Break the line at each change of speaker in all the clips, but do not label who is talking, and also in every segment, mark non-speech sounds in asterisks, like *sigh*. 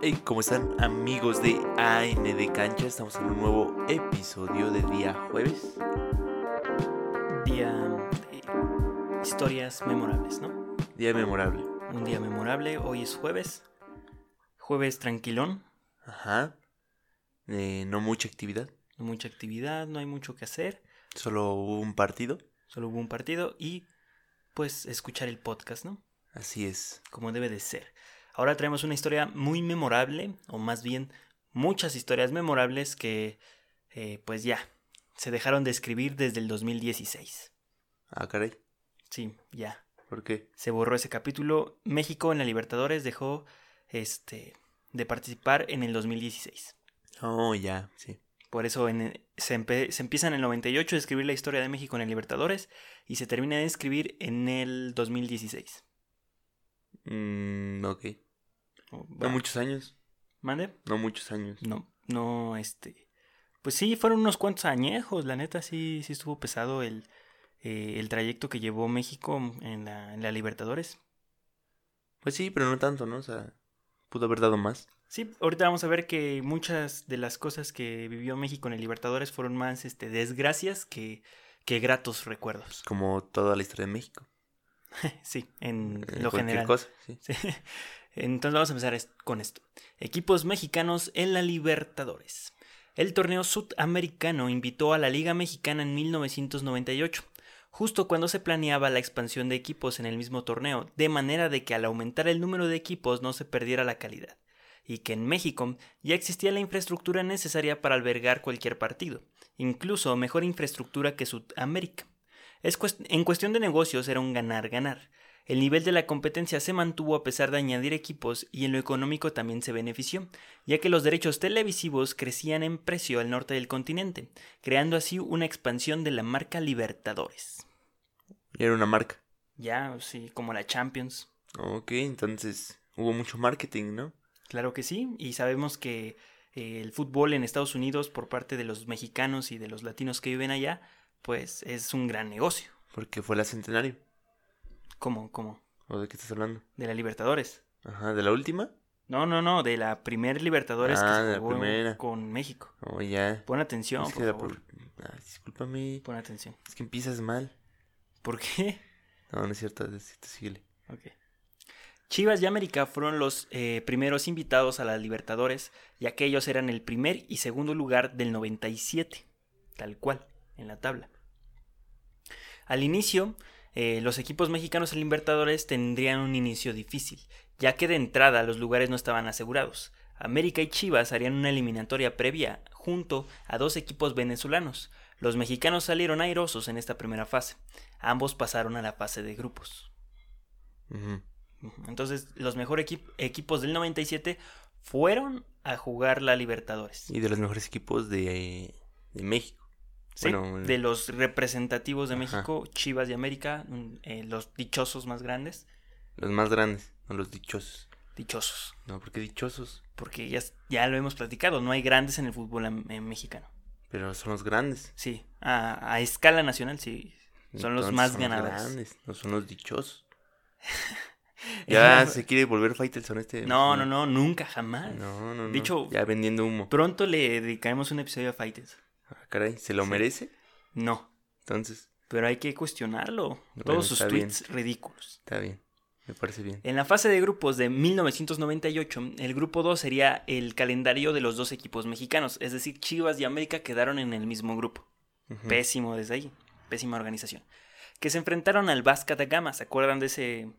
Hey, ¿cómo están amigos de AN de Cancha? Estamos en un nuevo episodio de día jueves.
Día de historias memorables, ¿no?
Día memorable.
Un día memorable, hoy es jueves. Jueves tranquilón,
Ajá. Eh, no mucha actividad,
no mucha actividad, no hay mucho que hacer.
solo hubo un partido.
Solo hubo un partido y pues escuchar el podcast, ¿no?
Así es.
Como debe de ser. Ahora traemos una historia muy memorable, o más bien muchas historias memorables que eh, pues ya se dejaron de escribir desde el 2016.
Ah, caray.
Sí, ya.
¿Por qué?
se borró ese capítulo. México en la Libertadores dejó este de participar en el 2016.
Oh, ya, sí.
Por eso en- eh, se, empe- se empieza en el 98 a escribir la historia de México en el Libertadores y se termina de escribir en el 2016.
Mm, ok.
O-
No muchos años.
Oh, ¿Mande?
No muchos años.
No, no, este... Pues sí, fueron unos cuantos añejos, la neta sí, sí estuvo pesado el, eh, el trayecto que llevó México en la, en la Libertadores.
Pues sí, pero no tanto, ¿no? O sea, pudo haber dado más.
Sí, ahorita vamos a ver que muchas de las cosas que vivió México en el Libertadores fueron más este, desgracias que, que gratos recuerdos.
pues, Como toda la historia de México.
Sí, en
Eh,
Mm, lo
cualquier
general.
cosa, sí.
*laughs* Sí. Entonces vamos a empezar es- con esto. Equipos mexicanos en la Libertadores. El torneo sudamericano invitó a la Liga Mexicana en 1998, justo cuando se planeaba la expansión de equipos en el mismo torneo, de manera de que al aumentar el número de equipos no se perdiera la calidad, y que en México ya existía la infraestructura necesaria para albergar cualquier partido, incluso mejor infraestructura que Sudamérica. Es cues- en cuestión de negocios era un ganar-ganar. El nivel de la competencia se mantuvo a pesar de añadir equipos y en lo económico también se benefició, ya que los derechos televisivos crecían en precio al norte del continente, creando así una expansión de la marca Libertadores.
Y era una marca.
Ya, sí, como la Champions.
Ok, entonces hubo mucho marketing, ¿no?
Claro que sí, y sabemos que eh, el fútbol en Estados Unidos por parte de los mexicanos y de los latinos que viven allá, pues es un gran negocio.
Porque fue la centenario.
¿Cómo? ¿Cómo?
¿O de qué estás hablando?
De la Libertadores.
Ajá, ¿de la última?
No, no, no, de la primer Libertadores
Ah,
que
de
se
la
jugó
primera.
con México.
Oh, ya.
Pon atención,
Es que
por
la
favor.
pro- Ah, discúlpame.
Pon atención.
Es que empiezas mal.
¿Por qué?
No, no es cierto. es- te sigue.
Ok. Chivas y América fueron los eh, primeros invitados a las Libertadores, ya que ellos eran el primer y segundo lugar del 97, tal cual, en la tabla. Al inicio, eh, los equipos mexicanos en Libertadores tendrían un inicio difícil, ya que de entrada los lugares no estaban asegurados. América y Chivas harían una eliminatoria previa junto a dos equipos venezolanos. Los mexicanos salieron airosos en esta primera fase. Ambos pasaron a la fase de grupos.
Ujú.
Ujú. Entonces, los mejores equipos del 97 fueron a jugar la Libertadores.
Y de los mejores equipos de, de México.
Sí,
bueno,
de los representativos de
Ajá.
México, Chivas de América, mm, eh, los dichosos más grandes.
Los más grandes, no los dichosos.
Dichosos,
No, porque dichosos.
porque ya, es- ya lo hemos platicado, no hay grandes en el fútbol am- eh, mexicano.
Pero son los grandes.
Sí, a, a escala nacional, sí. Son los más ganadores.
grandes, no son los
*laughs*
dichosos.
Eh,
Ya se quiere volver Faitelson este.
No, no, no, nunca, jamás.
No, no, no.
Dicho-
Ya vendiendo humo.
Pronto le dedicaremos un episodio a Fighters.
Ah, caray, ¿se lo
Sí.
merece?
No,
Entonces,
pero hay que cuestionarlo.
Bueno,
Todos sus
está bien.
tweets ridículos.
está bien. Me parece bien.
En la fase de grupos de 1998, el grupo 2 sería el calendario de los dos equipos mexicanos, es decir, Chivas y América quedaron en el mismo grupo.
Ujú.
Pésimo desde ahí, pésima organización. Que se enfrentaron al Vasca da Gama, ¿se acuerdan de ese,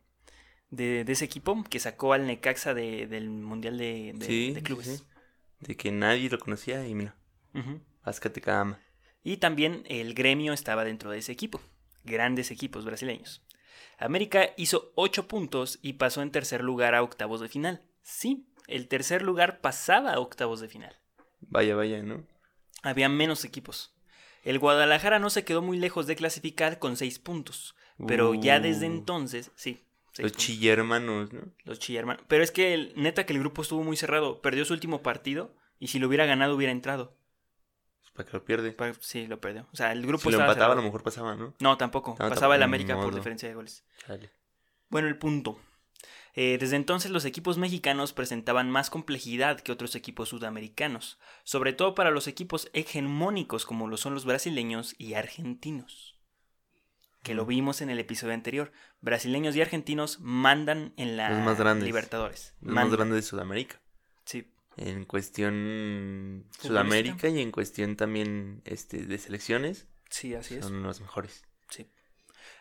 de, de ese equipo que sacó al Necaxa de- del Mundial de, de-
Sí,
de Clubes?
sí. De que nadie lo conocía y mira,
Ujú.
Azcate Cama.
Y también el gremio estaba dentro de ese equipo. Grandes equipos brasileños. América hizo 8 puntos y pasó en tercer lugar a octavos de final. Sí, el tercer lugar pasaba a octavos de final.
Vaya, vaya, ¿no?
Había menos equipos. El Guadalajara no se quedó muy lejos de clasificar con 6 puntos. Pero ya desde
Uh,
entonces, sí. seis
Los
puntos.
chilla hermanos, ¿no?
Los Chilla, hermano. Pero es que el- neta que el grupo estuvo muy cerrado. Perdió su último partido y si lo hubiera ganado hubiera entrado.
Pues para que lo pierde.
Pero sí, lo perdió. O sea, el grupo
Si lo
estaba
empataba,
cerrado.
a lo mejor pasaba, ¿no?
No, tampoco.
No,
Pasaba
Ah, tampoco,
el
ni
América por
modo.
diferencia de goles.
Chale.
Bueno, el punto. Eh, desde entonces los equipos mexicanos presentaban más complejidad que otros equipos sudamericanos, sobre todo para los equipos hegemónicos como lo son los brasileños y argentinos. Que
Mm.
lo vimos en el episodio anterior. Brasileños y argentinos mandan en la
Los más grandes.
Libertadores.
Los más
Mandan.
grande de Sudamérica.
Sí.
En cuestión
Futbolista.
Sudamérica y en cuestión también este, de selecciones,
Sí, así es.
son los mejores.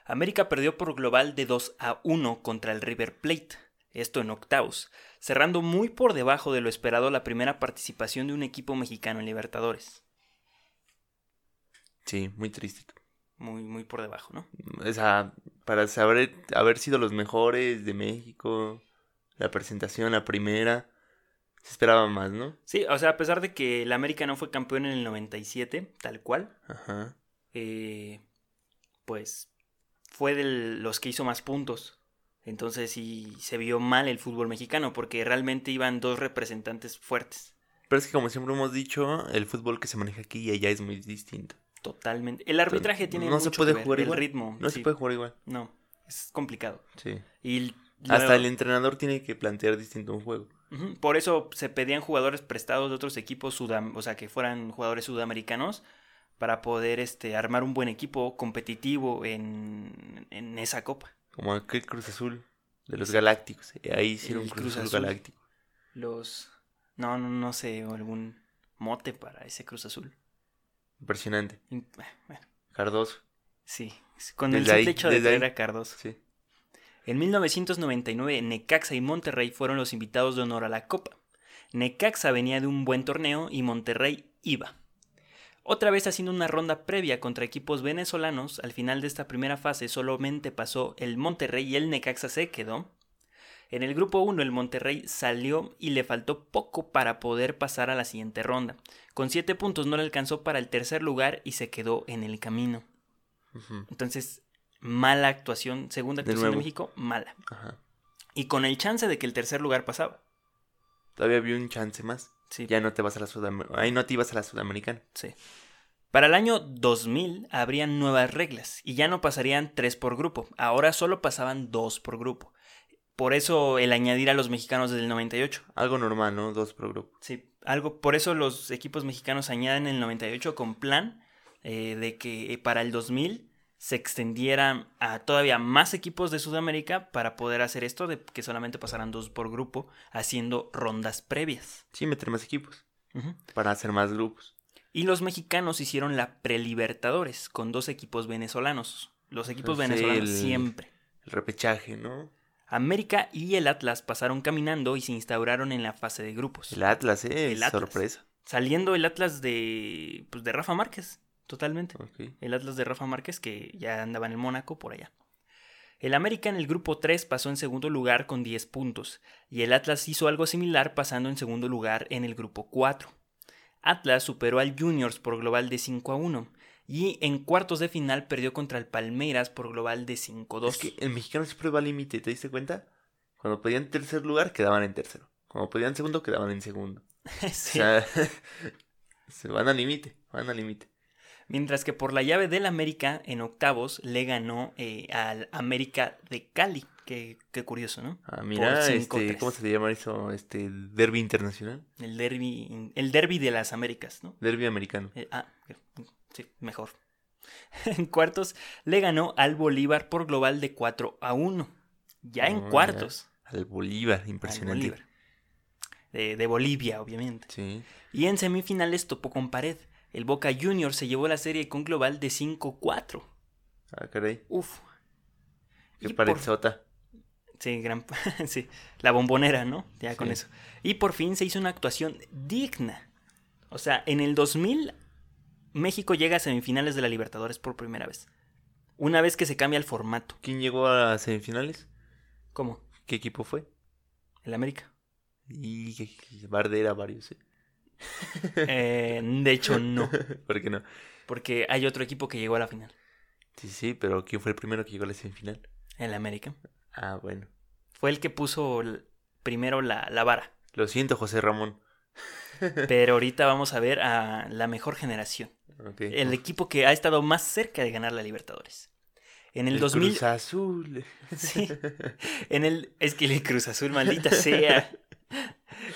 América perdió por global de 2 a 1 contra el River Plate, esto en octavos, cerrando muy por debajo de lo esperado la primera participación de un equipo mexicano en Libertadores.
Sí, muy triste.
Muy, muy por debajo, ¿no?
O sea, para saber haber sido los mejores de México, la presentación, la primera, se esperaba más, ¿no?
Sí, o sea, a pesar de que el América no fue campeón en el 97, tal cual,
Ajá.
eh, pues fue de los que hizo más puntos. Entonces sí se vio mal el fútbol mexicano porque realmente iban dos representantes fuertes.
Pero es que como siempre hemos dicho, el fútbol que se maneja aquí y allá es muy distinto.
Totalmente. El arbitraje tiene
No se
mucho
puede
que ver,
jugar
el
igual.
ritmo.
No
sí.
se puede jugar igual.
No, es complicado.
Sí.
Y l-
Hasta el
luego-
entrenador tiene que plantear distinto un juego.
Ujú, Por eso se pedían jugadores prestados de otros equipos, sudam o sea, que fueran jugadores sudamericanos, para poder este, armar un buen equipo competitivo en, en esa copa.
Como aquel Cruz Azul de los Galácticos. eh, Ahí hicieron
El
Cruz,
Cruz
Azul,
Azul.
Galáctico.
Los... No, no, no sé, o algún mote para ese Cruz Azul.
Impresionante.
Y, eh, Bueno,
Cardoso.
sí, con el
Desde ahí,
simple hecho de
desde
traer
ahí.
a Cardoso.
Sí.
En 1999, Necaxa y Monterrey fueron los invitados de honor a la Copa. Necaxa venía de un buen torneo y Monterrey iba. Otra vez haciendo una ronda previa contra equipos venezolanos, al final de esta primera fase solamente pasó el Monterrey y el Necaxa se quedó. En el grupo 1 el Monterrey salió y le faltó poco para poder pasar a la siguiente ronda. Con 7 puntos no le alcanzó para el tercer lugar y se quedó en el camino.
Ujú.
Entonces, mala actuación, segunda
De
actuación de
nuevo.
México, mala
Ajá.
y con el chance de que el tercer lugar pasaba.
Todavía había un chance más.
Sí.
Ya no te vas a la Sudamericana. Ahí no te ibas a la Sudamericana.
Sí. Para el año 2000 habrían nuevas reglas y ya no pasarían tres por grupo, ahora solo pasaban dos por grupo. Por eso el añadir a los mexicanos del 98.
Algo normal, ¿no? Dos por grupo.
Sí, algo, por eso los equipos mexicanos añaden el 98 con plan eh, de que eh, para el 2000 se extendieran a todavía más equipos de Sudamérica para poder hacer esto de que solamente pasaran dos por grupo haciendo rondas previas.
Sí, meter más equipos.
Ujú.
Para hacer más grupos.
Y los mexicanos hicieron la prelibertadores con dos equipos venezolanos. Los equipos
Sí,
venezolanos
el-
siempre.
El repechaje, ¿no?
América y el Atlas pasaron caminando y se instauraron en la fase de grupos.
El Atlas, ¿eh?
El Atlas.
Sorpresa.
Saliendo el Atlas de, pues, de Rafa Márquez, totalmente.
Ok.
El Atlas de Rafa Márquez que ya andaba en el Mónaco por allá. El América en el grupo 3 pasó en segundo lugar con 10 puntos y el Atlas hizo algo similar pasando en segundo lugar en el grupo 4. Atlas superó al Juniors por global de 5 a 1 y en cuartos de final perdió contra el Palmeiras por global de 5 a 2.
Es que el mexicano siempre va al límite, ¿te diste cuenta? Cuando pedían tercer lugar, quedaban en tercero. Cuando pedían segundo, quedaban en segundo.
*laughs* Sí.
O sea, *laughs* se van al límite, van al límite.
Mientras que por la llave del América en octavos le ganó eh, al América de Cali. Qué, qué curioso, ¿no?
Ah, mira,
cinco,
este,
tres.
¿cómo se le llama eso? Este, derby internacional,
El derby, el derby de las Américas, ¿no?
derby americano.
Eh, ah, sí, mejor. *laughs* en cuartos le ganó al Bolívar por global de 4 a 1. Ya
Oh,
en
ya.
cuartos. al
Al Bolívar, impresionante.
Bolívar. De, de Bolivia, obviamente.
Sí.
Y en semifinales topó con pared. El Boca Juniors se llevó la serie con global de 5-4.
Ah, caray.
Uf.
Qué
Y por-
parezota.
Sí, gran... *laughs* sí, la bombonera, ¿no? Ya con
Sí.
eso. Y por fin se hizo una actuación digna. O sea, en el 2000 México llega a semifinales de la Libertadores por primera vez. Una vez que se cambia el formato.
¿Quién llegó a semifinales?
¿Cómo?
¿Qué equipo fue?
El América.
Y que- que Bardera varios, ¿eh? *laughs*
Eh, de hecho, no.
¿Por qué no?
Porque hay otro equipo que llegó a la final.
Sí, sí, pero ¿quién fue el primero que llegó a la semifinal?
El América.
Ah, bueno.
Fue el que puso l- primero la, la vara.
Lo siento, José Ramón.
Pero ahorita vamos a ver a la mejor generación.
Ok.
Eh, el equipo que ha estado más cerca de ganar la Libertadores. En el, 2000.
Cruz Azul.
*laughs* Sí. En el, es que el Cruz Azul, maldita sea.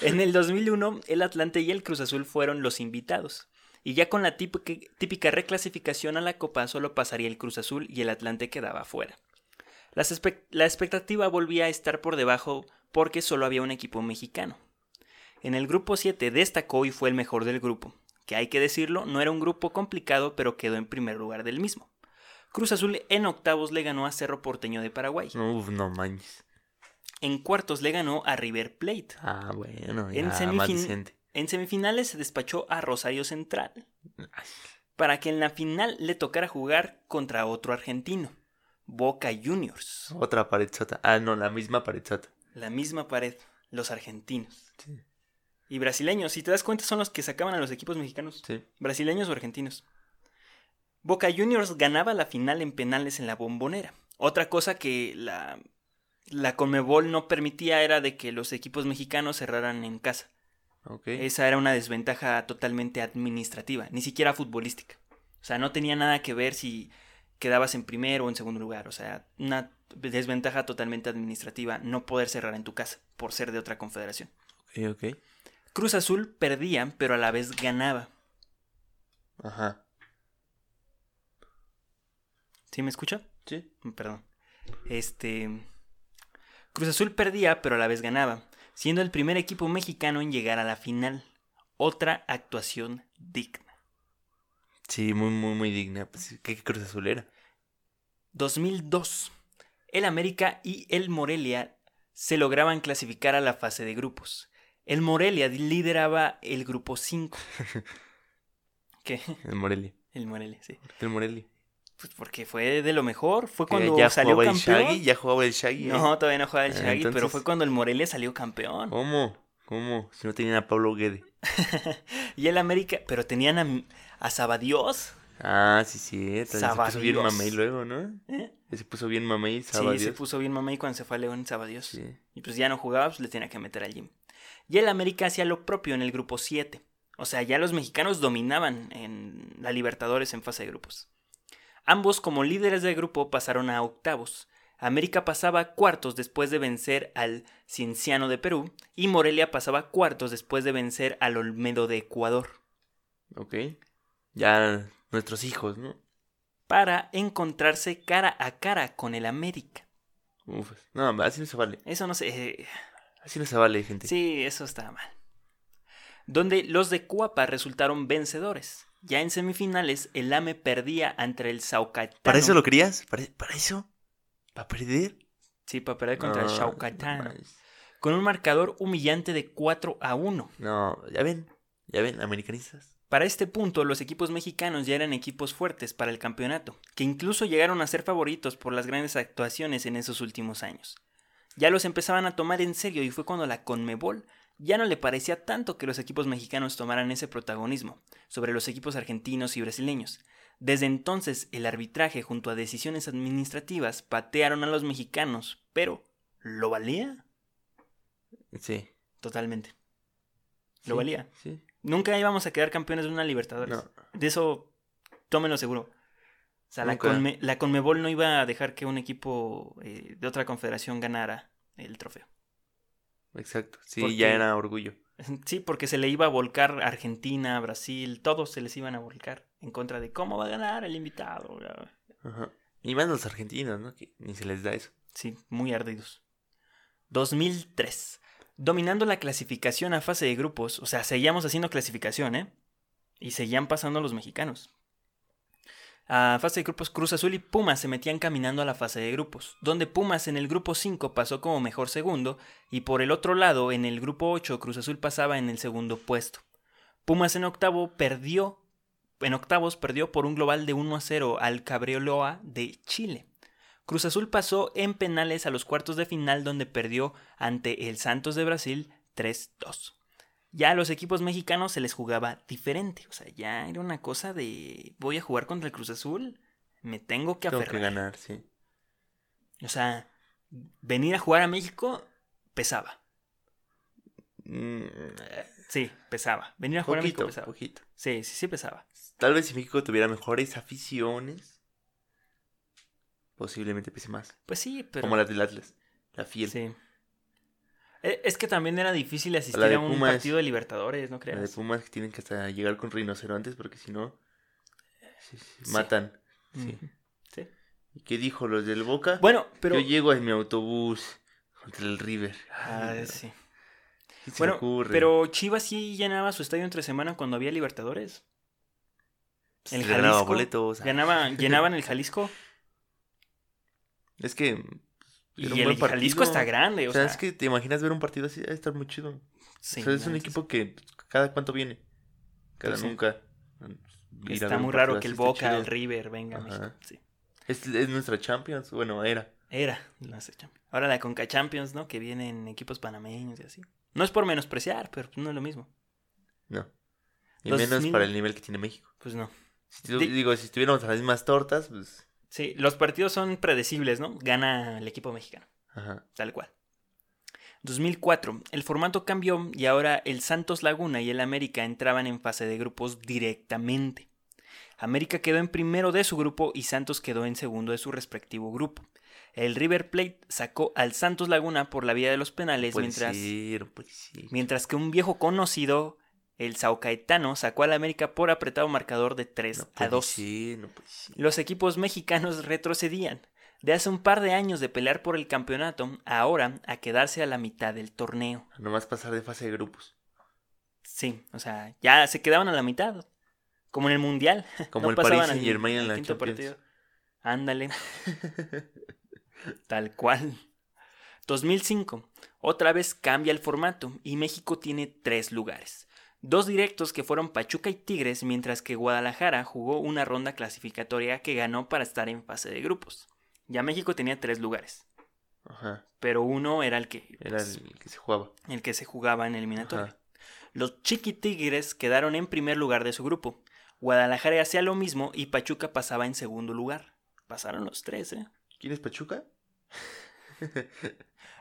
En el 2001, el Atlante y el Cruz Azul fueron los invitados. Y ya con la típica, típica reclasificación a la Copa solo pasaría el Cruz Azul y el Atlante quedaba fuera. Las espe- la expectativa volvía a estar por debajo porque solo había un equipo mexicano. En el grupo 7 destacó y fue el mejor del grupo, que hay que decirlo, no era un grupo complicado pero quedó en primer lugar del mismo. Cruz Azul en octavos le ganó a Cerro Porteño de Paraguay.
Uf, no manches.
En cuartos le ganó a River Plate.
Ah, bueno, ya
En
más
semifin-
decente.
En semifinales se despachó a Rosario Central,
Ay,
para que en la final le tocara jugar contra otro argentino, Boca Juniors.
Otra pared sota. Ah, no, la misma pared sota.
La misma pared, los argentinos.
Sí.
Y brasileños, si te das cuenta, son los que sacaban a los equipos mexicanos.
Sí.
brasileños o argentinos. Boca Juniors ganaba la final en penales en la bombonera. Otra cosa que la, la Conmebol no permitía era de que los equipos mexicanos cerraran en casa.
Ok.
Esa era una desventaja totalmente administrativa, ni siquiera futbolística. O sea, no tenía nada que ver si quedabas en primero o en segundo lugar. O sea, una desventaja totalmente administrativa no poder cerrar en tu casa por ser de otra confederación.
Ok, ok.
Cruz Azul perdía, pero a la vez ganaba.
Ajá.
¿Sí me escucha? Mm,
Sí.
Perdón. Este. Cruz Azul perdía, pero a la vez ganaba, siendo el primer equipo mexicano en llegar a la final. Otra actuación digna.
Sí, muy, muy, muy digna. Pues, ¿qué, qué cruz azulera?
2002. El América y el Morelia se lograban clasificar a la fase de grupos. El Morelia lideraba el grupo 5. ¿Qué?
El Morelia.
El Morelia, sí.
El Morelia.
Pues porque fue de lo mejor. Fue cuando
Eh, ya
salió
jugaba
campeón.
el Shaggy, ya jugaba el Shaggy. ¿eh?
No, todavía no jugaba el
Ah,
Shaggy, pero
entonces- Oh.
fue cuando el Morelia salió campeón.
¿Cómo? ¿Cómo? Si no tenían a Pablo Guede.
*laughs* Y el América, pero tenían a, a Sabadios.
Ah, sí, cierto. Ya se puso bien
Sabadios.
mamey luego, ¿no?
¿eh?
Ya se puso bien mamey,
Sí,
sábado.
se puso bien mamá y cuando se fue a León, Sabadios.
Sí.
Y pues ya no jugaba, pues le tenía que meter al gym. Y el América hacía lo propio en el grupo 7. O sea, ya los mexicanos dominaban en la Libertadores en fase de grupos. Ambos, como líderes del grupo, pasaron a octavos. América pasaba a cuartos después de vencer al Cienciano de Perú y Morelia pasaba a cuartos después de vencer al Olmedo de Ecuador.
Ok. Ya nuestros hijos, ¿no?
para encontrarse cara a cara con el América.
Uf. No, así no se vale.
Eso no sé. eh,
Así no se vale, gente.
Sí, eso está mal. Donde los de Cuapa resultaron vencedores. Ya en semifinales, el AME perdía ante el Saucatán.
¿Para eso lo querías? ¿Para, para eso? ¿Para perder?
Sí, para perder contra el
No,
Saucatán.
no mames.
con un marcador humillante de 4 a 1.
No, ya ven. Ya ven, americanistas.
Para este punto, los equipos mexicanos ya eran equipos fuertes para el campeonato, que incluso llegaron a ser favoritos por las grandes actuaciones en esos últimos años. Ya los empezaban a tomar en serio y fue cuando la Conmebol ya no le parecía tanto que los equipos mexicanos tomaran ese protagonismo sobre los equipos argentinos y brasileños. Desde entonces, el arbitraje junto a decisiones administrativas patearon a los mexicanos, pero ¿lo valía?
Sí.
Totalmente.
Sí,
¿Lo valía?
Sí.
Nunca íbamos a quedar campeones de una Libertadores.
No.
De eso, tómenlo seguro. O sea, la,
Nunca.
Conme- la Conmebol no iba a dejar que un equipo eh, de otra confederación ganara el trofeo. *laughs*
Exacto. Sí,
Porque-
ya era orgullo.
Sí, porque se le iba a volcar a Argentina, Brasil, todos se les iban a volcar en contra de cómo va a ganar el invitado. bla, bla.
Ajá. Y más los argentinos, ¿no? Que ni se les da eso.
Sí, muy ardidos. 2003. Dominando la clasificación a fase de grupos, o sea, seguíamos haciendo clasificación, ¿eh? Y seguían pasando los mexicanos. A fase de grupos Cruz Azul y Pumas se metían caminando a la fase de grupos, donde Pumas en el grupo 5 pasó como mejor segundo y por el otro lado en el grupo 8 Cruz Azul pasaba en el segundo puesto. Pumas en octavo perdió en octavos perdió por un global de 1 a 0 al Cabrioloa de Chile. Cruz Azul pasó en penales a los cuartos de final donde perdió ante el Santos de Brasil 3-2. Ya a los equipos mexicanos se les jugaba diferente, o sea, ya era una cosa de voy a jugar contra el Cruz Azul, me tengo que
Tengo
aferrar.
que ganar, sí.
O sea, venir a jugar a México pesaba.
Mm,
Sí, pesaba. Venir a jugar a
poquito,
México pesaba.
poquito.
Sí, sí, sí pesaba.
Tal vez si México tuviera mejores aficiones, Posiblemente pese más.
Pues sí, pero.
Como la del Atlas. La fiel.
Sí. E- Es que también era difícil asistir
La de
a un
Pumas.
partido de Libertadores, ¿no
la de
creas?
Pumas que tienen que hasta llegar con rinocerontes porque si no. se- se
Sí.
Matan.
Mm.
Sí. ¿Y qué dijo los del Boca?
Bueno, pero.
Yo llego en mi autobús contra el River.
Ah,
Ay,
sí.
¿qué se
Bueno,
me ocurre?
pero Chivas sí llenaba su estadio entre semana cuando había Libertadores.
Pues,
El
le ganaba
Jalisco.
boletos. ah. *laughs*
Ganaba- llenaban el Jalisco.
ah, Es que.
Y
era
el
un buen
Jalisco
partido.
está grande,
O
o
sea,
sea.
es que te imaginas ver un partido así, debe estar muy chido.
sí,
o sea, es
la
un
neta,
equipo que cada cuánto viene. Cada
Pues sí.
nunca.
sí.
Ir a
Está
ver un partido
muy raro
así
que el
está
Boca,
chido.
el River, venga a
Ajá.
México. Sí.
Es, es nuestra Champions. Bueno, era.
Era la Conca Champions. Ahora la Conca Champions, ¿no? Que vienen equipos panameños y así. No es por menospreciar, pero pues no es lo mismo.
No. Y
Los
menos
mil-
para el nivel que tiene México.
Pues no.
Si tu-
Di-
Digo, si tuviéramos las mismas tortas, pues.
Sí, los partidos son predecibles, ¿no? Gana el equipo mexicano,
Ajá.
tal cual. 2004. El formato cambió y ahora el Santos Laguna y el América entraban en fase de grupos directamente. América quedó en primero de su grupo y Santos quedó en segundo de su respectivo grupo. El River Plate sacó al Santos Laguna por la vía de los penales
Puede
mientras...
ser, puede ser.
Mientras que un viejo conocido, el Sao Caetano, sacó al América por apretado marcador de 3
No pues,
a
puede
2.
ser, no puede
*laughs*
ser.
Los equipos mexicanos retrocedían. De hace un par de años de pelear por el campeonato, ahora a quedarse a la mitad del torneo.
Nomás pasar de fase de grupos.
Sí, o sea, ya se quedaban a la mitad. Como en el Mundial.
Como
*laughs* No
el
pasaban
Paris
al-
Saint Germain en
al
la
quinto
Champions.
partido.
*laughs*
Ándale. Tal cual. 2005. Otra vez cambia el formato y México tiene tres lugares. Dos directos que fueron Pachuca y Tigres, mientras que Guadalajara jugó una ronda clasificatoria que ganó para estar en fase de grupos. Ya México tenía tres lugares,
Ajá.
pero uno era el que,
Era
pues,
el que se jugaba.
el que se jugaba en eliminatoria.
Ajá.
Los Chiquitigres quedaron en primer lugar de su grupo. Guadalajara hacía lo mismo y Pachuca pasaba en segundo lugar. Pasaron los tres, ¿eh?
¿Quién es Pachuca?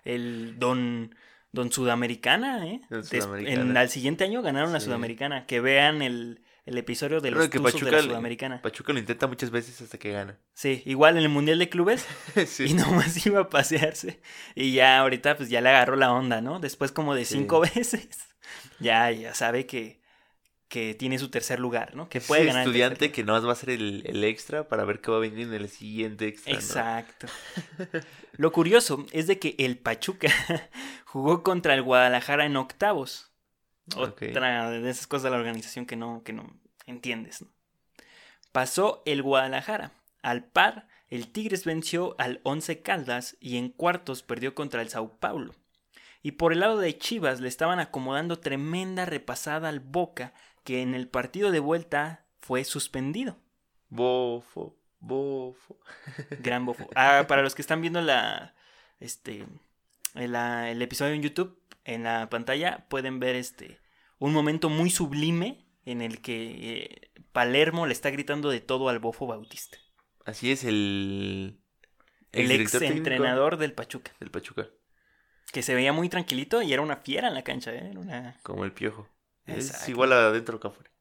El don, don Sudamericana, ¿eh?
Don
Des-
Sudamericana.
en- al siguiente año ganaron la
Sí.
Sudamericana. Que vean el, el episodio de
Creo
los
que
Tuzos de
Pachuca
la
le-
Sudamericana.
Pachuca lo intenta muchas veces hasta que gana. *laughs*
Sí, igual en el Mundial de Clubes
sí.
y *laughs* nomás iba a pasearse. Y ya ahorita pues ya le agarró la onda, ¿no? Después como de
Sí.
cinco *laughs* veces. Ya, ya sabe que, que tiene su tercer lugar, ¿no? Que
Ese
puede ganar. el tercer
estudiante que nomás va a ser el, el extra para ver qué va a venir en el siguiente extra. ¿no?
Exacto. *laughs* Lo curioso es de que el Pachuca *laughs* jugó contra el Guadalajara en octavos.
Ok.
Otra de esas cosas de la organización que no, que no entiendes. ¿no? Pasó el Guadalajara. Al par, el Tigres venció al Once Caldas y en cuartos perdió contra el Sao Paulo. Y por el lado de Chivas le estaban acomodando tremenda repasada al Boca, que en el partido de vuelta fue suspendido.
Bofo, bofo.
Gran bofo. Ah, para los que están viendo la. Este. El, ah, el episodio en YouTube, en la pantalla, pueden ver este. Un momento muy sublime en el que eh, Palermo le está gritando de todo al bofo Bautista.
Así es el.
El ex
exdirector técnico
entrenador del Pachuca.
Del Pachuca,
Que se veía muy tranquilito y era una fiera en la cancha, ¿eh? Era una.
como el piojo. Es
Exacto.
igual adentro que afuera.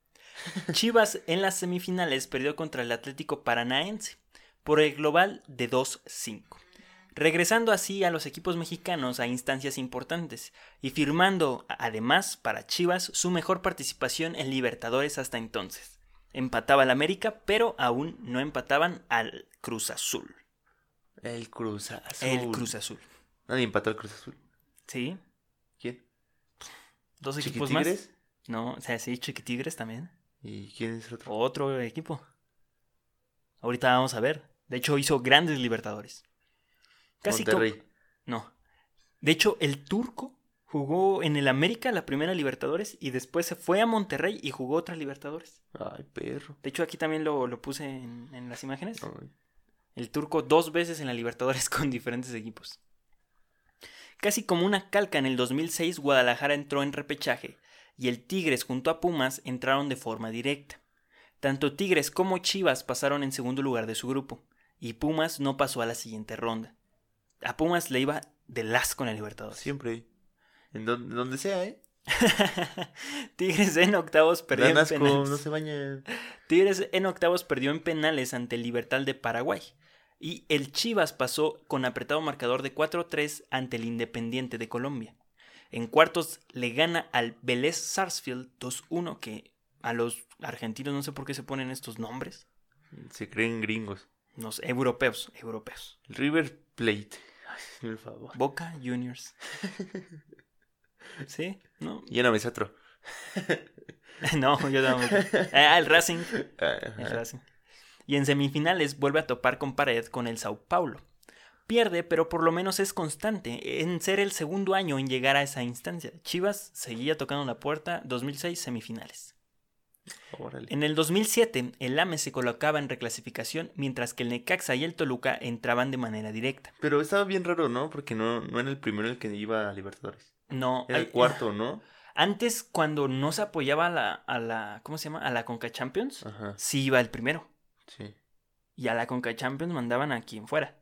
Chivas en las semifinales perdió contra el Atlético Paranaense por el global de 2-5, regresando así a los equipos mexicanos a instancias importantes y firmando a- además para Chivas su mejor participación en Libertadores hasta entonces. Empataba al América, pero aún no empataban al Cruz Azul.
El Cruz Azul.
El Cruz Azul.
Nadie empató al Cruz Azul.
Sí,
¿Quién?
dos equipos más.
¿Chiquitigres?
No, o sea, sí, Chiquitigres también.
¿Y quién es el otro?
Otro equipo. Ahorita vamos a ver. De hecho, hizo grandes Libertadores. Casi como-
Monterrey.
No. De hecho, el turco jugó en el América la primera Libertadores y después se fue a Monterrey y jugó otra Libertadores.
Ay, perro.
De hecho, aquí también lo, lo puse en, en las imágenes.
Ay.
El turco dos veces en la Libertadores *laughs* con diferentes equipos. Casi como una calca en el 2006 Guadalajara entró en repechaje y el Tigres junto a Pumas entraron de forma directa. Tanto Tigres como Chivas pasaron en segundo lugar de su grupo y Pumas no pasó a la siguiente ronda. A Pumas le iba de las con la Libertadores.
Siempre. En don- donde sea, ¿eh?
*laughs* Tigres en octavos perdió
Dan
en
asco,
penales.
no se bañan.
Tigres en octavos perdió en penales ante el Libertad de Paraguay. Y el Chivas pasó con apretado marcador de 4-3 ante el Independiente de Colombia. En cuartos le gana al Vélez Sarsfield 2-1, que a los argentinos no sé por qué se ponen estos nombres.
Se creen gringos.
Los europeos, europeos.
El River Plate. Ay, por favor.
Boca Juniors. ¿Sí? No, *laughs*
Lléname ese otro.
no yo tampoco. Ah, el Racing.
Ajá.
El Racing. Y en semifinales vuelve a topar con pared con el Sao Paulo. Pierde, pero por lo menos es constante en ser el segundo año en llegar a esa instancia. Chivas seguía tocando la puerta 2006 semifinales.
Órale.
En el 2007, el AME se colocaba en reclasificación mientras que el Necaxa y el Toluca entraban de manera directa.
Pero estaba bien raro, ¿no? Porque no, no era el primero el que iba a Libertadores.
No,
Era
ay, eh,
el cuarto, ¿no?
*laughs* Antes, cuando no se apoyaba a la, a la ¿cómo se llama? A la Conca Champions,
Ajá,
sí iba el primero.
sí.
Y a la Conca Champions mandaban a quien fuera.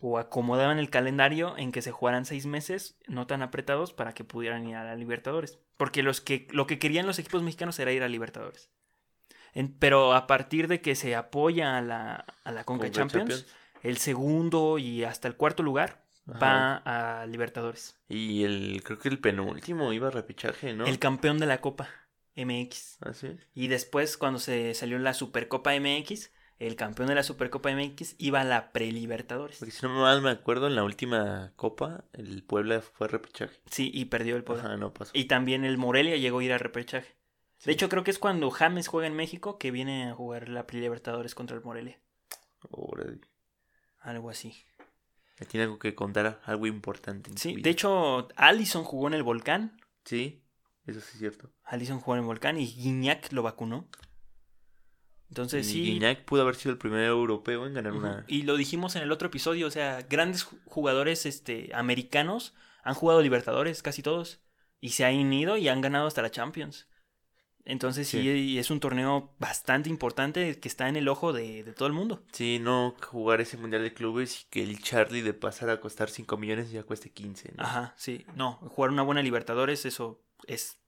O acomodaban el calendario en que se jugaran seis meses, no tan apretados, para que pudieran ir a la Libertadores. Porque los que, lo que querían los equipos mexicanos era ir a Libertadores. En- pero a partir de que se apoya a la, a la Conca,
Conca
Champions, el segundo y hasta el cuarto lugar
Ajá.
va a Libertadores.
Y el, creo que el penúltimo iba a repechaje, ¿no?
El campeón de la Copa MX.
¿Ah, sí?
Y después, cuando se salió la Supercopa MX, el campeón de la Supercopa MX iba a la Prelibertadores.
Porque si no mal me acuerdo, en la última copa, el Puebla fue a repechaje.
Sí, y perdió el poder.
Ajá, no pasó.
Y también el Morelia llegó a ir a repechaje.
Sí.
De hecho, creo que es cuando James juega en México que viene a jugar la Prelibertadores contra el Morelia.
Órale.
Algo así.
Me tiene algo que contar, algo importante. en su
Sí,
vida.
de hecho, Allison jugó en el Volcán.
Sí, eso sí es cierto.
Allison jugó en el Volcán y Guiñac lo vacunó. Entonces,
y
sí.
Guiñac pudo haber sido el primer europeo en ganar
Ujú.
una.
Y lo dijimos en el otro episodio, o sea, grandes ju- jugadores este, americanos han jugado Libertadores, casi todos, y se han ido y han ganado hasta la Champions. Entonces sí,
Sí.
y es un torneo bastante importante que está en el ojo de, de todo el mundo.
Sí, no jugar ese mundial de clubes y que el Charlie de pasar a costar 5 millones ya cueste 15. ¿no?
Ajá, sí. No, jugar una buena Libertadores, eso es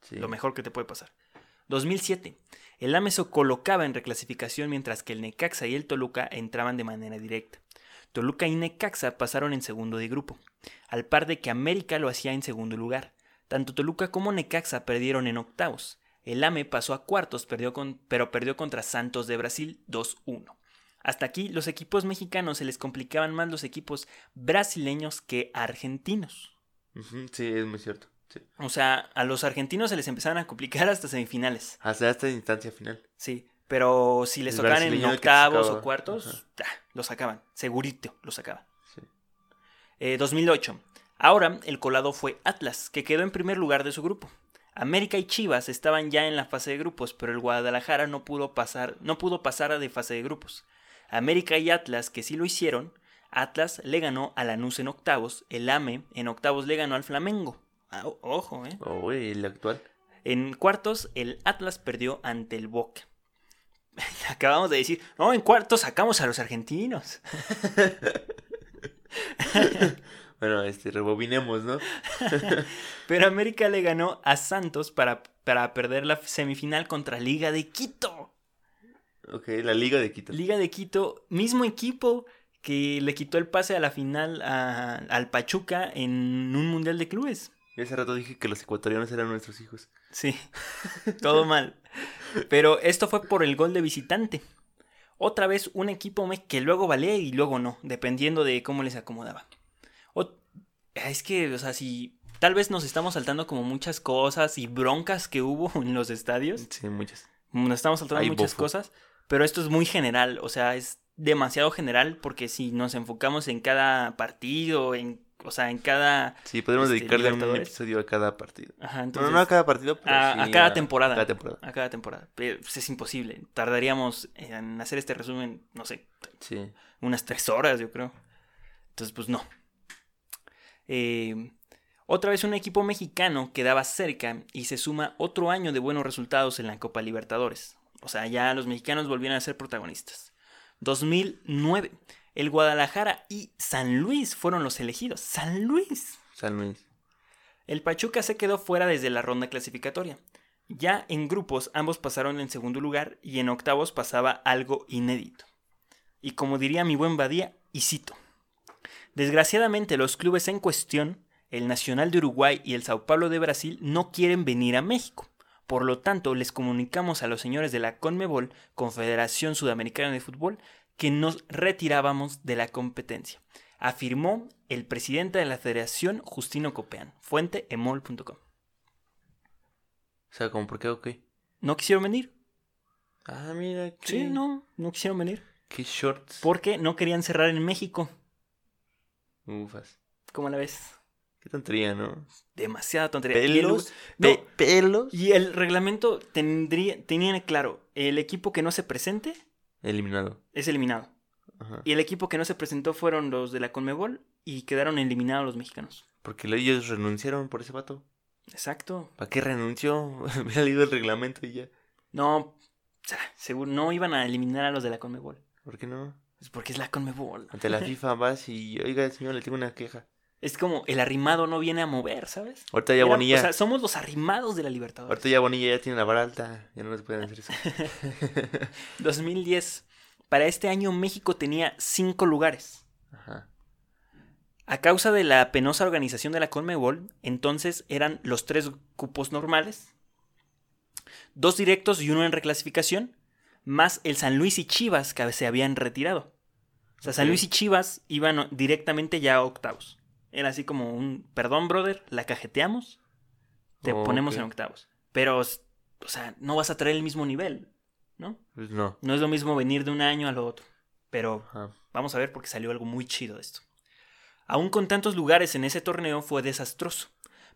Sí.
lo mejor que te puede pasar. 2007. El Ameso colocaba en reclasificación mientras que el Necaxa y el Toluca entraban de manera directa. Toluca y Necaxa pasaron en segundo de grupo, al par de que América lo hacía en segundo lugar. Tanto Toluca como Necaxa perdieron en octavos. El AME pasó a cuartos, perdió con- pero perdió contra Santos de Brasil 2-1. Hasta aquí los equipos mexicanos se les complicaban más los equipos brasileños que argentinos.
Ujú, Sí, es muy cierto. sí.
O sea, a los argentinos se les empezaban a complicar hasta semifinales.
Hasta esta instancia final.
Sí, pero si les
El
tocaban en
brasileño que te
octavos
sacaba.
o cuartos,
Ajá.
ah, lo sacaban, segurito lo sacaban.
Sí.
Eh, 2008. Ahora el colado fue Atlas, que quedó en primer lugar de su grupo. América y Chivas estaban ya en la fase de grupos, pero el Guadalajara no pudo pasar, no pudo pasar a de fase de grupos. América y Atlas, que sí lo hicieron, Atlas le ganó a Lanús en octavos, el AME en octavos le ganó al Flamengo. Ah, o- ojo, eh.
Oh, el
*laughs*
actual. *laughs*
En cuartos, el Atlas perdió ante el Boca. *laughs* Acabamos de decir, no, en cuartos sacamos a los argentinos.
Bueno, este, rebobinemos, ¿no?
Pero América le ganó a Santos para, para perder la semifinal contra Liga de Quito.
Ok, la Liga de Quito.
Liga de Quito, mismo equipo que le quitó el pase a la final a- al Pachuca en un Mundial de Clubes.
Yo hace rato dije que los ecuatorianos eran nuestros hijos.
Sí,
*laughs*
todo mal. Pero esto fue por el gol de visitante. Otra vez un equipo me- que luego valía y luego no, dependiendo de cómo les acomodaba. O- es que, o sea, si tal vez nos estamos saltando como muchas cosas y broncas que hubo *laughs* en los estadios,
Sí, muchas.
nos estamos saltando
Ay,
muchas
bofo.
cosas, pero esto es muy general, o sea, es demasiado general porque si nos enfocamos en cada partido, en, o sea, en cada...
Sí, podemos
Este,
dedicarle un
Libertadores.
episodio a cada partido.
Ajá,
Bueno,
entonces-
no a cada partido, pero
a,
sí
a cada temporada.
A cada temporada.
A cada temporada. Pero, pues, es imposible. Tardaríamos en hacer este resumen, no sé,
Sí.
unas tres horas, yo creo. Entonces, pues no. Eh, otra vez un equipo mexicano quedaba cerca y se suma otro año de buenos resultados en la Copa Libertadores. O sea, ya los mexicanos volvieron a ser protagonistas. 2009. El Guadalajara y San Luis fueron los elegidos. San Luis.
San Luis.
El Pachuca se quedó fuera desde la ronda clasificatoria. Ya en grupos ambos pasaron en segundo lugar y en octavos pasaba algo inédito. Y como diría mi buen Badía, y cito. Desgraciadamente los clubes en cuestión, el Nacional de Uruguay y el Sao Paulo de Brasil, no quieren venir a México. Por lo tanto, les comunicamos a los señores de la CONMEBOL, Confederación Sudamericana de Fútbol, que nos retirábamos de la competencia, afirmó el presidente de la federación, Justino Copean, fuente emol.com.
O sea, ¿como por qué o qué?
No quisieron venir.
Ah, mira. Qué,
Sí, no, no quisieron venir.
Qué shorts.
Porque no querían cerrar en México.
Ufas.
¿Cómo la ves?
Qué tontería, ¿no?
Demasiada tontería. Y el-
Pelos.
no,
pe- pelos.
Y el reglamento tendría, tenía claro, el equipo que no se presente
Eliminado.
es eliminado.
Ajá.
Y el equipo que no se presentó fueron los de la Conmebol y quedaron eliminados los mexicanos.
Porque ellos renunciaron por ese vato.
Exacto.
¿Para qué renunció? *laughs* Hubiera leído el reglamento y ya.
No, o sea, seguro no iban a eliminar a los de la Conmebol.
¿Por qué no?
Es porque es la Conmebol.
Ante
*laughs*
la FIFA vas y, oiga, señor, le tengo una queja.
Es como el arrimado no viene a mover, ¿sabes?
Ahorita ya
Era-
Bonilla.
O sea, somos los arrimados de la Libertadores.
Ahorita ya Bonilla ya tiene la vara alta. Ya no les pueden hacer
*laughs*
eso.
2010. Para este año México tenía cinco lugares.
Ajá.
A causa de la penosa organización de la Conmebol, entonces eran los tres cupos normales, dos directos y uno en reclasificación, más el San Luis y Chivas que se habían retirado. O sea, San
Ok.
Luis y Chivas iban directamente ya a octavos. Era así como un, perdón, brother, la cajeteamos, te
Oh,
ponemos
ok.
en octavos. Pero, o sea, no vas a traer el mismo nivel, ¿no?
Pues no.
No es lo mismo venir de un año a lo otro. Pero
Ajá.
Vamos a ver porque salió algo muy chido de esto. Aún con tantos lugares en ese torneo fue desastroso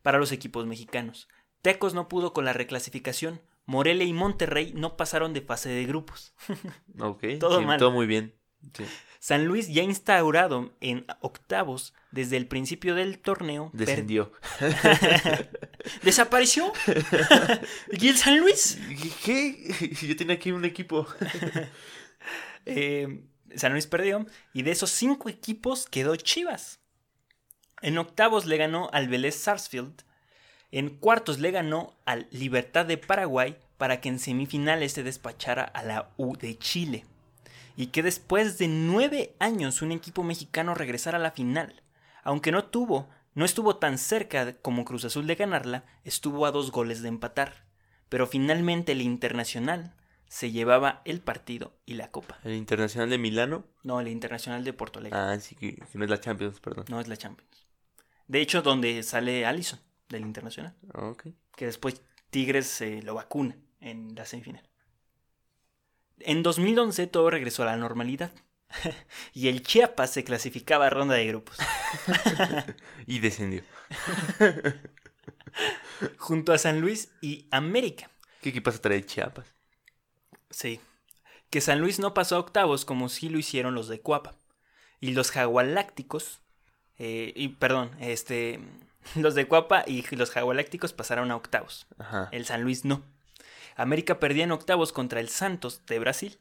para los equipos mexicanos. Tecos no pudo con la reclasificación. Morelia y Monterrey no pasaron de fase de grupos.
Ok.
Todo
sí,
mal.
Todo muy bien. Sí.
San Luis ya instaurado en octavos desde el principio del torneo. per- *laughs*
Descendió.
¿Desapareció? *laughs* ¿Y el San Luis?
¿Qué? *laughs* Yo tenía aquí un equipo.
Eh, San Luis perdió y de esos cinco equipos quedó Chivas. En octavos le ganó al Vélez Sarsfield. En cuartos le ganó al Libertad de Paraguay para que en semifinales se despachara a la U de Chile. Y que después de nueve años un equipo mexicano regresara a la final. Aunque no tuvo, no estuvo tan cerca de- como Cruz Azul de ganarla, estuvo a dos goles de empatar. Pero finalmente el Internacional se llevaba el partido y la copa.
El Internacional de Milano.
No, la Internacional de Porto Alegre.
Ah, sí, que, que no es la Champions, perdón.
No es la Champions. De hecho, donde sale Allison del Internacional,
Ok.
que después Tigres eh, lo vacuna en la semifinal. En 2011 todo regresó a la normalidad. *laughs* y el Chiapas se clasificaba a ronda de grupos.
Y descendió.
junto a San Luis y América.
¿Qué equipazo trae Chiapas?
Sí. Que San Luis no pasó a octavos como sí lo hicieron los de Cuapa. Y los jagualácticos. eh, y perdón, este. *laughs* Los de Cuapa y los jagualácticos pasaron a octavos.
Ajá.
El San Luis no. América perdía en octavos contra el Santos de Brasil.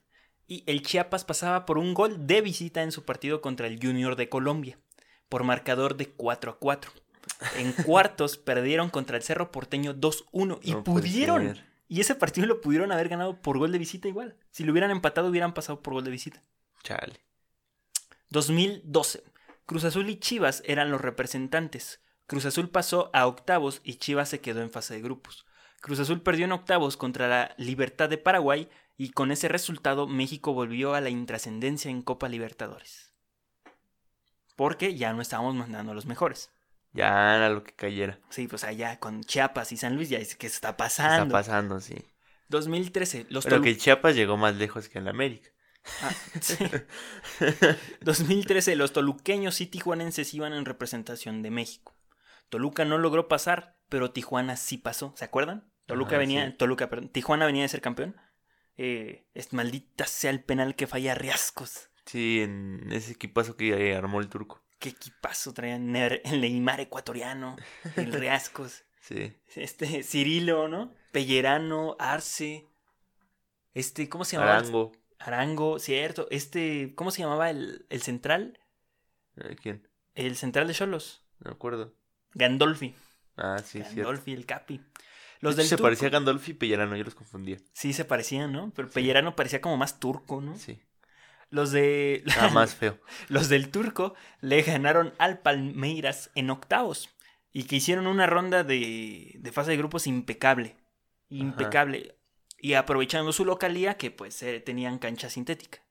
Y el Chiapas pasaba por un gol de visita en su partido contra el Junior de Colombia. Por marcador de 4 a 4. En
*laughs*
cuartos perdieron contra el Cerro Porteño 2-1. Y
No puede
pudieron.
ser.
Y ese partido lo pudieron haber ganado por gol de visita igual. Si lo hubieran empatado, hubieran pasado por gol de visita.
Chale.
2012. Cruz Azul y Chivas eran los representantes. Cruz Azul pasó a octavos y Chivas se quedó en fase de grupos. Cruz Azul perdió en octavos contra la Libertad de Paraguay y con ese resultado México volvió a la intrascendencia en Copa Libertadores. Porque ya no estábamos mandando a los mejores.
Ya era lo que cayera.
Sí, pues allá con Chiapas y San Luis ya dice que está pasando.
Está pasando, sí.
2013. Los
Pero
Tolu-
que Chiapas llegó más lejos que el América. *laughs*
Ah, *laughs* sí. 2013, los toluqueños y tijuanenses iban en representación de México. Toluca no logró pasar, pero Tijuana sí pasó, ¿se acuerdan? Toluca
Ah,
venía,
sí.
Toluca, perdón, Tijuana venía de ser campeón. Eh, es maldita sea el penal que falla Riascos.
Sí, en ese equipazo que eh, armó el turco.
Qué equipazo traían Ner- el Neymar ecuatoriano,
*laughs*
el Riascos,
Sí.
este Cirilo, ¿no? Pellerano, Arce, este, ¿cómo se llamaba?
Arango.
Arango, cierto. Este, ¿cómo se llamaba el, el central?
Eh, ¿Quién?
El central de Cholos.
No me acuerdo. Gandolfi.
Gandolfi.
Ah, sí, cierto.
Gandolfi, el Capi.
De
Los
hecho,
del
se
turco.
parecía a Gandolfi y Pellerano, yo los confundía.
Sí, se parecían, ¿no? Pero Pellerano parecía como más turco, ¿no?
Sí.
Los de *laughs*
Ah, más feo.
los del Turco le ganaron al Palmeiras en octavos y que hicieron una ronda de, de fase de grupos impecable. Impecable. Y aprovechando su localía que pues eh, tenían cancha sintética.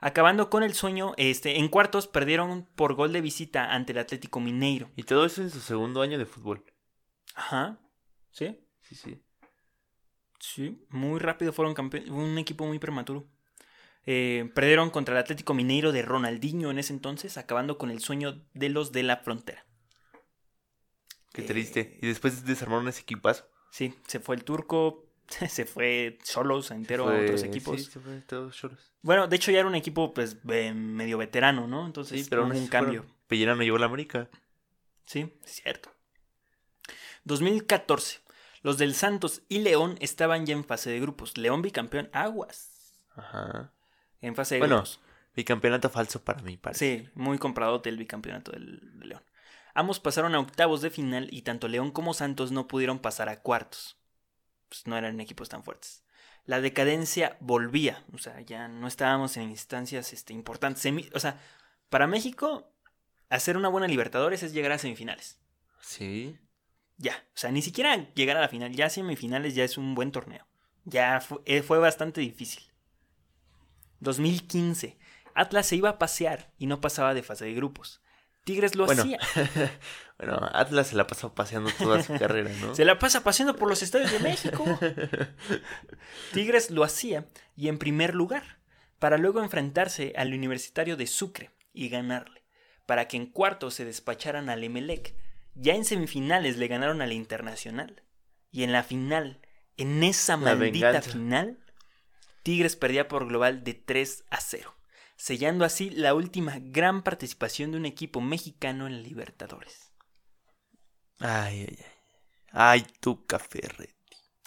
Acabando con el sueño, este, en cuartos perdieron por gol de visita ante el Atlético Mineiro.
Y todo eso en su segundo año de fútbol.
Ajá. ¿Sí?
Sí, sí.
Sí, muy rápido fueron campeones. Un equipo muy prematuro. Eh, perdieron contra el Atlético Mineiro de Ronaldinho en ese entonces, acabando con el sueño de los de la frontera.
Qué
Eh.
triste. Y después desarmaron ese equipazo.
Sí, se fue el turco, *laughs* se fue solos entero a
Fue-
otros equipos.
Sí, se fue todos choros.
Bueno, de hecho ya era un equipo pues ve- medio veterano, ¿no? Entonces
Sí, pero
hubo
aún así
un cambio.
fueron. Pellerano llevó a la América.
Sí, es cierto. 2014. Los del Santos y León estaban ya en fase de grupos. León bicampeón, aguas.
Ajá.
En fase de
Bueno,
grupos.
Bicampeonato falso para mí, parece.
Sí, muy compradote el bicampeonato del, de León. Ambos pasaron a octavos de final y tanto León como Santos no pudieron pasar a cuartos. Pues no eran equipos tan fuertes. La decadencia volvía, o sea, ya no estábamos en instancias este, importantes. Semi- o sea, para México, hacer una buena Libertadores es llegar a semifinales.
Sí.
Ya, o sea, ni siquiera llegar a la final, ya semifinales ya es un buen torneo. Ya fu- eh, fue bastante difícil. 2015. Atlas se iba a pasear y no pasaba de fase de grupos. Tigres lo
Bueno,
hacía.
*laughs* bueno, Atlas se la pasó paseando toda
*laughs*
su carrera, ¿no?
Se la pasa paseando por los estadios de México.
*laughs*
Tigres lo hacía y en primer lugar, para luego enfrentarse al Universitario de Sucre y ganarle, para que en cuarto se despacharan al Emelec. Ya en semifinales le ganaron al Internacional. Y en la final, en esa
La
maldita
venganza.
final, Tigres perdía por global de 3 a 0, sellando así la última gran participación de un equipo mexicano en Libertadores.
Ay, ay, ay. Ay, tu café red.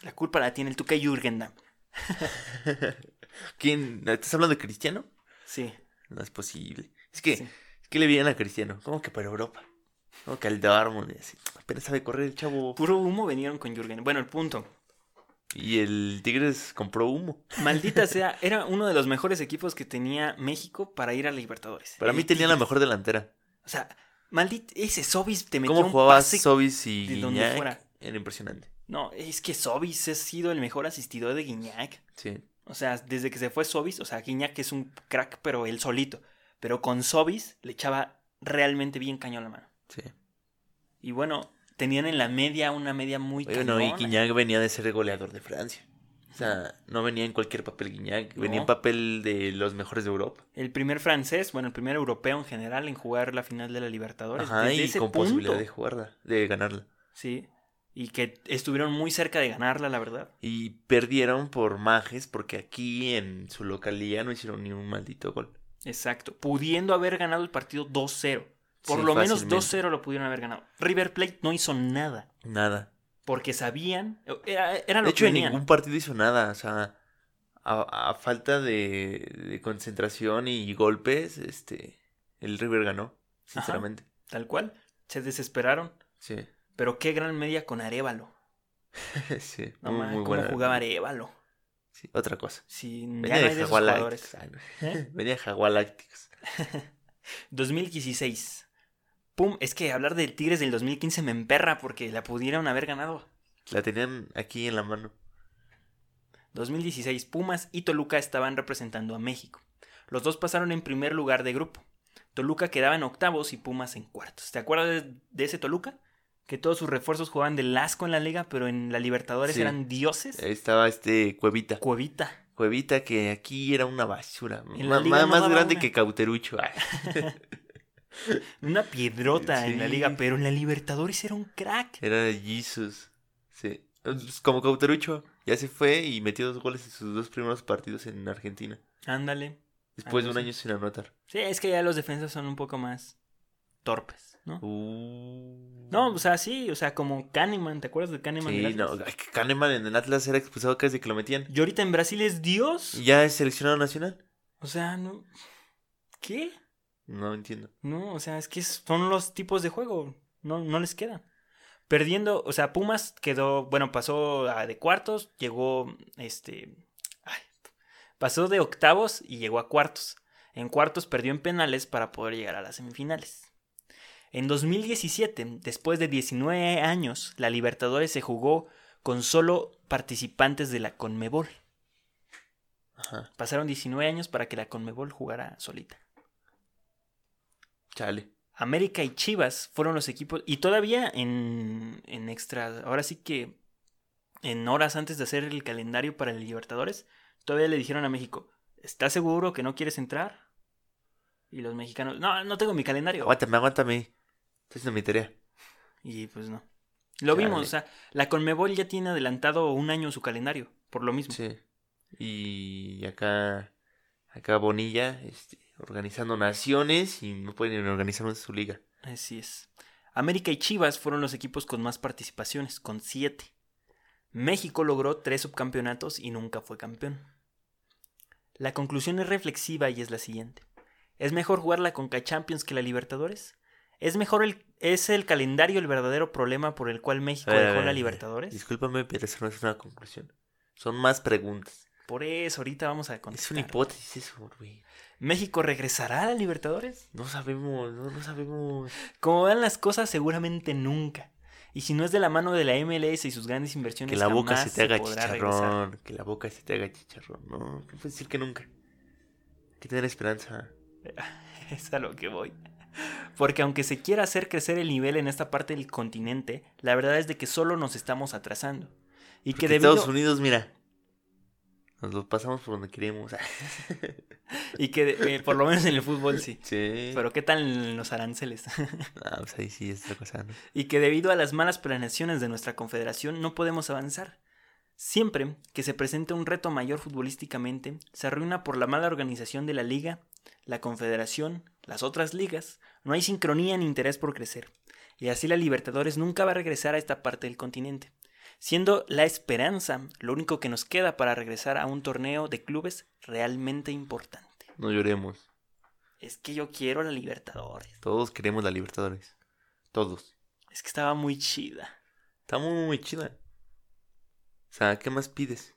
La culpa la tiene el Tuca Jürgen Damm.
¿Quién? ¿Estás hablando de Cristiano?
Sí.
No es posible. Es que,
Sí.
es que le vienen a Cristiano. ¿Cómo que para Europa? ¿Cómo que al Dortmund? y así. Apenas sabe correr el chavo.
Puro humo vinieron con Jürgen. Bueno, el punto.
Y el Tigres compró humo.
Maldita sea, era uno de los mejores equipos que tenía México para ir a Libertadores.
Para mí
El
tenía la
Tigres.
mejor delantera.
O sea, maldito, ese Sobis te metió
¿Cómo
un
jugaba
pase-
Sobis y
de donde
Guiñac?
fuera.
Era impresionante.
No, es que Sobis ha sido el mejor asistidor de Guiñac.
Sí.
O sea, desde que se fue Sobis, o sea, Guiñac es un crack, pero él solito. Pero con Sobis le echaba realmente bien cañón la mano.
Sí.
Y bueno, tenían en la media una media muy
Oye, no, y
cañona.
Guiñac venía de ser el goleador de Francia. O sea, no venía en cualquier papel Guiñac, venía
No.
en papel de los mejores de Europa.
El primer francés, bueno, el primer europeo en general en jugar la final de la Libertadores.
Ajá,
Desde
y
ese
con
punto.
posibilidad de jugarla, de ganarla.
Sí. Y que estuvieron muy cerca de ganarla, la verdad.
Y perdieron por majes porque aquí en su localía no hicieron ni un maldito gol.
Exacto. Pudiendo haber ganado el partido 2-0. Por
Sí,
lo menos
fácilmente.
2-0 lo pudieron haber ganado. River Plate no hizo nada.
Nada.
Porque sabían. Era, era lo
De hecho,
que
en
tenían.
ningún partido hizo nada. O sea, a, a falta de, de concentración y golpes, este, el River ganó,
Ajá.
sinceramente.
Tal cual. Se desesperaron.
Sí, *laughs*
Pero qué gran media con Arevalo.
sí.
No
muy,
mames,
muy
cómo
buena.
jugaba Arevalo.
Sí, otra cosa.
Sí, ya
Venía de
no hay de esos
Jagualácticos.
jugadores.
Ay, no.
¿Eh?
Venía de Jagualácticos.
2016. Pum, es que hablar del Tigres del 2015 me emperra porque la pudieron haber ganado.
La tenían aquí en la mano.
2016, Pumas y Toluca estaban representando a México. Los dos pasaron en primer lugar de grupo. Toluca quedaba en octavos y Pumas en cuartos. ¿Te acuerdas de, de ese Toluca? Que todos sus refuerzos jugaban del asco en la liga, pero en la Libertadores
Sí.
eran dioses.
Ahí estaba este Cuevita.
Cuevita.
Cuevita que aquí era una basura.
En la
Ma-
liga
ma-
no
más
daba
grande
una.
que Cauterucho. Ay,
Una piedrota en la
Sí. Eh.
liga, pero en la Libertadores era un crack.
era Jesus. Sí. Pues, Como Cauterucho. Ya se fue y metió dos goles en sus dos primeros partidos en Argentina.
Ándale.
Después de
Algo
un
así.
año sin anotar.
Sí, es que ya los defensas son un poco más torpes, ¿no?
Uh.
No, pues, o sea, sí, o sea, como Kahneman, ¿te acuerdas de Kahneman?
Sí,
del
no.
Atlas?
ay, que Kahneman en el Atlas era expulsado casi que lo metían.
Y ahorita en Brasil es Dios.
¿Y ¿Ya es seleccionado nacional?
O sea, no. ¿Qué?
No entiendo.
No, o sea, es que son los tipos de juego. No, no les queda. Perdiendo, o sea, Pumas quedó, bueno, pasó a de cuartos, llegó, este, ay, Pasó de octavos y llegó a cuartos. En cuartos perdió en penales para poder llegar a las semifinales. En 2017, después de 19 años, la Libertadores se jugó con solo participantes de la Conmebol.
Ajá.
Pasaron 19 años para que la Conmebol jugara solita.
Chale.
América y Chivas fueron los equipos. Y todavía en, en extra. Ahora sí que. En horas antes de hacer el calendario para el Libertadores. Todavía le dijeron a México: ¿Estás seguro que no quieres entrar? Y los mexicanos: No, no tengo mi calendario.
Aguántame, aguántame. Estoy haciendo mi tarea.
Y pues no. Lo
Chale.
vimos, o sea, la Conmebol ya tiene adelantado un año su calendario, por lo mismo.
Sí. Y acá, acá Bonilla, este, organizando naciones y no pueden ni organizar una su liga.
Así es. América y Chivas fueron los equipos con más participaciones, con siete. México logró tres subcampeonatos y nunca fue campeón. La conclusión es reflexiva y es la siguiente. ¿Es mejor jugar la Conca Champions que la Libertadores? ¿Es mejor el, es el calendario el verdadero problema por el cual México
A ver, a
dejó
ver,
la
a ver.
Libertadores?
Discúlpame, pero eso no es una conclusión. Son más preguntas.
Por eso ahorita vamos a
Es una
contestar.
hipótesis eso, güey.
¿México regresará a la Libertadores?
No sabemos, no, no sabemos.
Como van las cosas, seguramente nunca. Y si no es de la mano de la MLS y sus grandes inversiones,
Que la boca
jamás
se te haga
podrá regresar.
chicharrón. Que la boca se te haga chicharrón. No, no puedes decir que nunca. Hay que tener esperanza.
*laughs* Es a lo que voy. Porque aunque se quiera hacer crecer el nivel en esta parte del continente, la verdad es de que solo nos estamos atrasando. Y
Porque
que debido,
Estados Unidos, mira. Nos los pasamos por donde queremos. *laughs*
y que eh, por lo menos en el
*laughs*
fútbol sí.
Sí.
Pero qué tal en los aranceles.
Ah, pues ahí sí es otra cosa, ¿no?
y que debido a las malas planeaciones de nuestra confederación no podemos avanzar. Siempre que se presenta un reto mayor futbolísticamente, se arruina por la mala organización de la liga, la confederación, las otras ligas, no hay sincronía ni interés por crecer, y así la Libertadores nunca va a regresar a esta parte del continente, siendo la esperanza lo único que nos queda para regresar a un torneo de clubes realmente importante.
No lloremos.
Es que yo quiero la Libertadores,
Todos queremos la Libertadores. Todos.
es que estaba muy chida.
Está muy, muy chida. O sea, ¿qué más pides?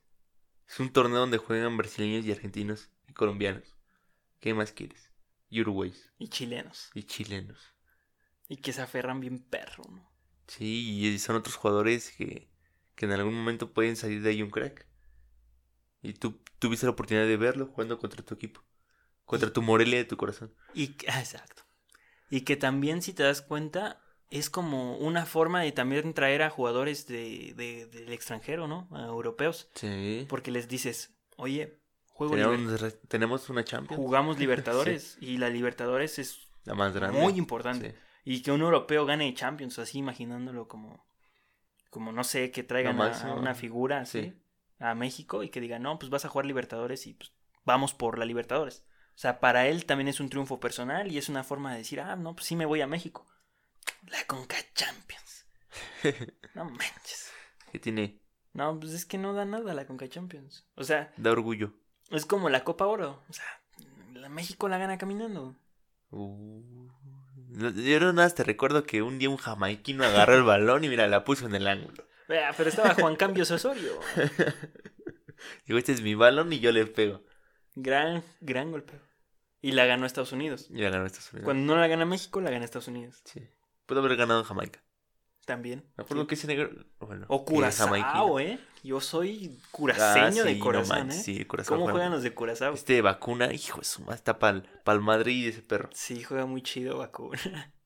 Es un torneo donde juegan brasileños y argentinos y colombianos. ¿Qué más quieres? Y uruguayos
Y chilenos.
y chilenos.
Y que se aferran bien perro, ¿no?
Sí, y son otros jugadores que, que en algún momento pueden salir de ahí un crack. Y tú tuviste la oportunidad de verlo jugando contra tu equipo. Contra tu Morelia de tu corazón.
Y, que- ah, exacto. Y que también, si te das cuenta, es como una forma de también traer a jugadores de, de- del extranjero, ¿no? A europeos.
Sí.
Porque les dices, oye, juego liber-
Tenemos, re- tenemos una Champions.
jugamos Libertadores. Y la Libertadores es
La más grande.
muy importante.
Sí.
Y que un europeo gane Champions, así imaginándolo como, como no sé, que traigan a- a,
máximo.
una figura así
Sí.
a México y que digan, no, pues vas a jugar Libertadores y pues vamos por la Libertadores. O sea, para él también es un triunfo personal y es una forma de decir, ah, no, pues sí me voy a México. La Conca Champions. No manches.
Que tiene.
No, pues es que no da nada la Conca Champions. O sea,
Da orgullo.
es como la Copa Oro. O sea, la México la gana caminando.
Uh, Yo nada más te recuerdo que un día un jamaiquino agarró el balón y mira, la puso en el ángulo. *laughs*
Vea, Pero estaba Juan Cambios Osorio.
Digo, este es mi balón y yo le pego.
Gran, gran golpe. Y la ganó Estados Unidos.
Y ya ganó Estados Unidos.
Cuando no la gana México, la gana Estados Unidos.
Sí. Pudo haber ganado en Jamaica.
También.
Me acuerdo Ah, que ese negro. Bueno,
O
que es jamaiquino.
Curazao, ¿eh? Yo soy curaceño
Ah, sí,
de
no
corazón,
manches,
¿eh?
sí, pues, Curazao
¿Cómo
juega-
juegan los de Curazao?
Este de vacuna, hijo de su madre, está pa'l, pa'l Madrid ese perro.
Sí, juega muy chido vacuna. *laughs*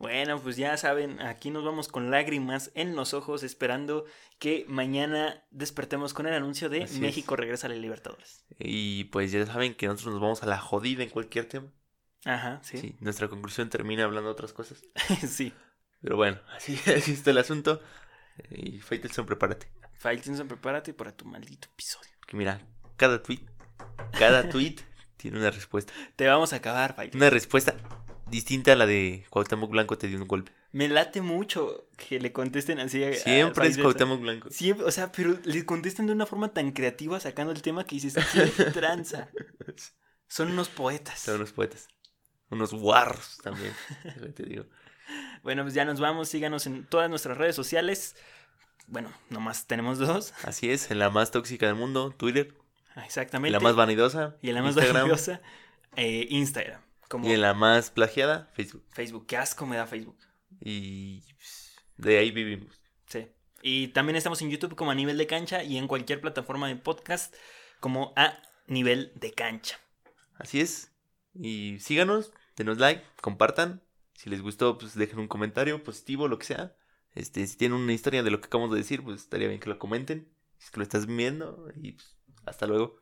Bueno, pues ya saben, aquí nos vamos con lágrimas en los ojos esperando que mañana despertemos con el anuncio de
Así es.
México regresa a la Libertadores.
Y pues ya saben que nosotros nos vamos a la jodida en cualquier tema.
Ajá,
¿Sí?
sí.
nuestra conclusión termina hablando de otras cosas.
*laughs* Sí.
Pero bueno, *laughs* así, así está el asunto. Y Faitelson, prepárate.
Faitelson, prepárate para tu maldito episodio.
Que mira, cada tweet,
*laughs*
cada tweet tiene una respuesta.
Te vamos a acabar, Faitelson.
Una respuesta distinta a la de Cuauhtémoc Blanco te dio un golpe.
Me late mucho que le contesten así a- a
Siempre es
Faitelson.
Cuauhtémoc Blanco.
Siempre, o sea, pero le contestan de una forma tan creativa sacando el tema que dices,
*laughs*
¿qué tranza? Son unos poetas.
Son unos poetas. Unos guarros
*laughs*
también. te digo.
Bueno, pues ya nos vamos, síganos en todas nuestras redes sociales. Bueno, nomás tenemos dos. Ah,
Así es, en la más tóxica del mundo, Twitter. En
Exactamente.
la más vanidosa.
y en la más
Instagram.
valiosa, eh, Instagram. Como
Y en la más plagiada, Facebook.
Facebook. Qué asco me da Facebook.
Y pues, de ahí vivimos.
Sí. Y también estamos en YouTube como a nivel de cancha y en cualquier plataforma de podcast como a nivel de cancha.
Así es. Y síganos, denos like, compartan. Si les gustó, pues dejen un comentario positivo, lo que sea. Este, si tienen una historia de lo que acabamos de decir, pues estaría bien que lo comenten. Si es que lo estás viendo y pues, hasta luego.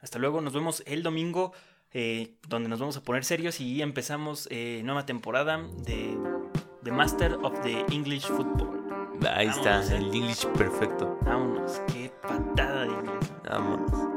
Hasta luego, nos vemos el domingo, eh, donde nos vamos a poner serios y empezamos eh, nueva temporada de The Master of the English Football.
Ahí está,
Vámonos, eh.
el English perfecto.
Vámonos, qué patada de inglés.
Vámonos.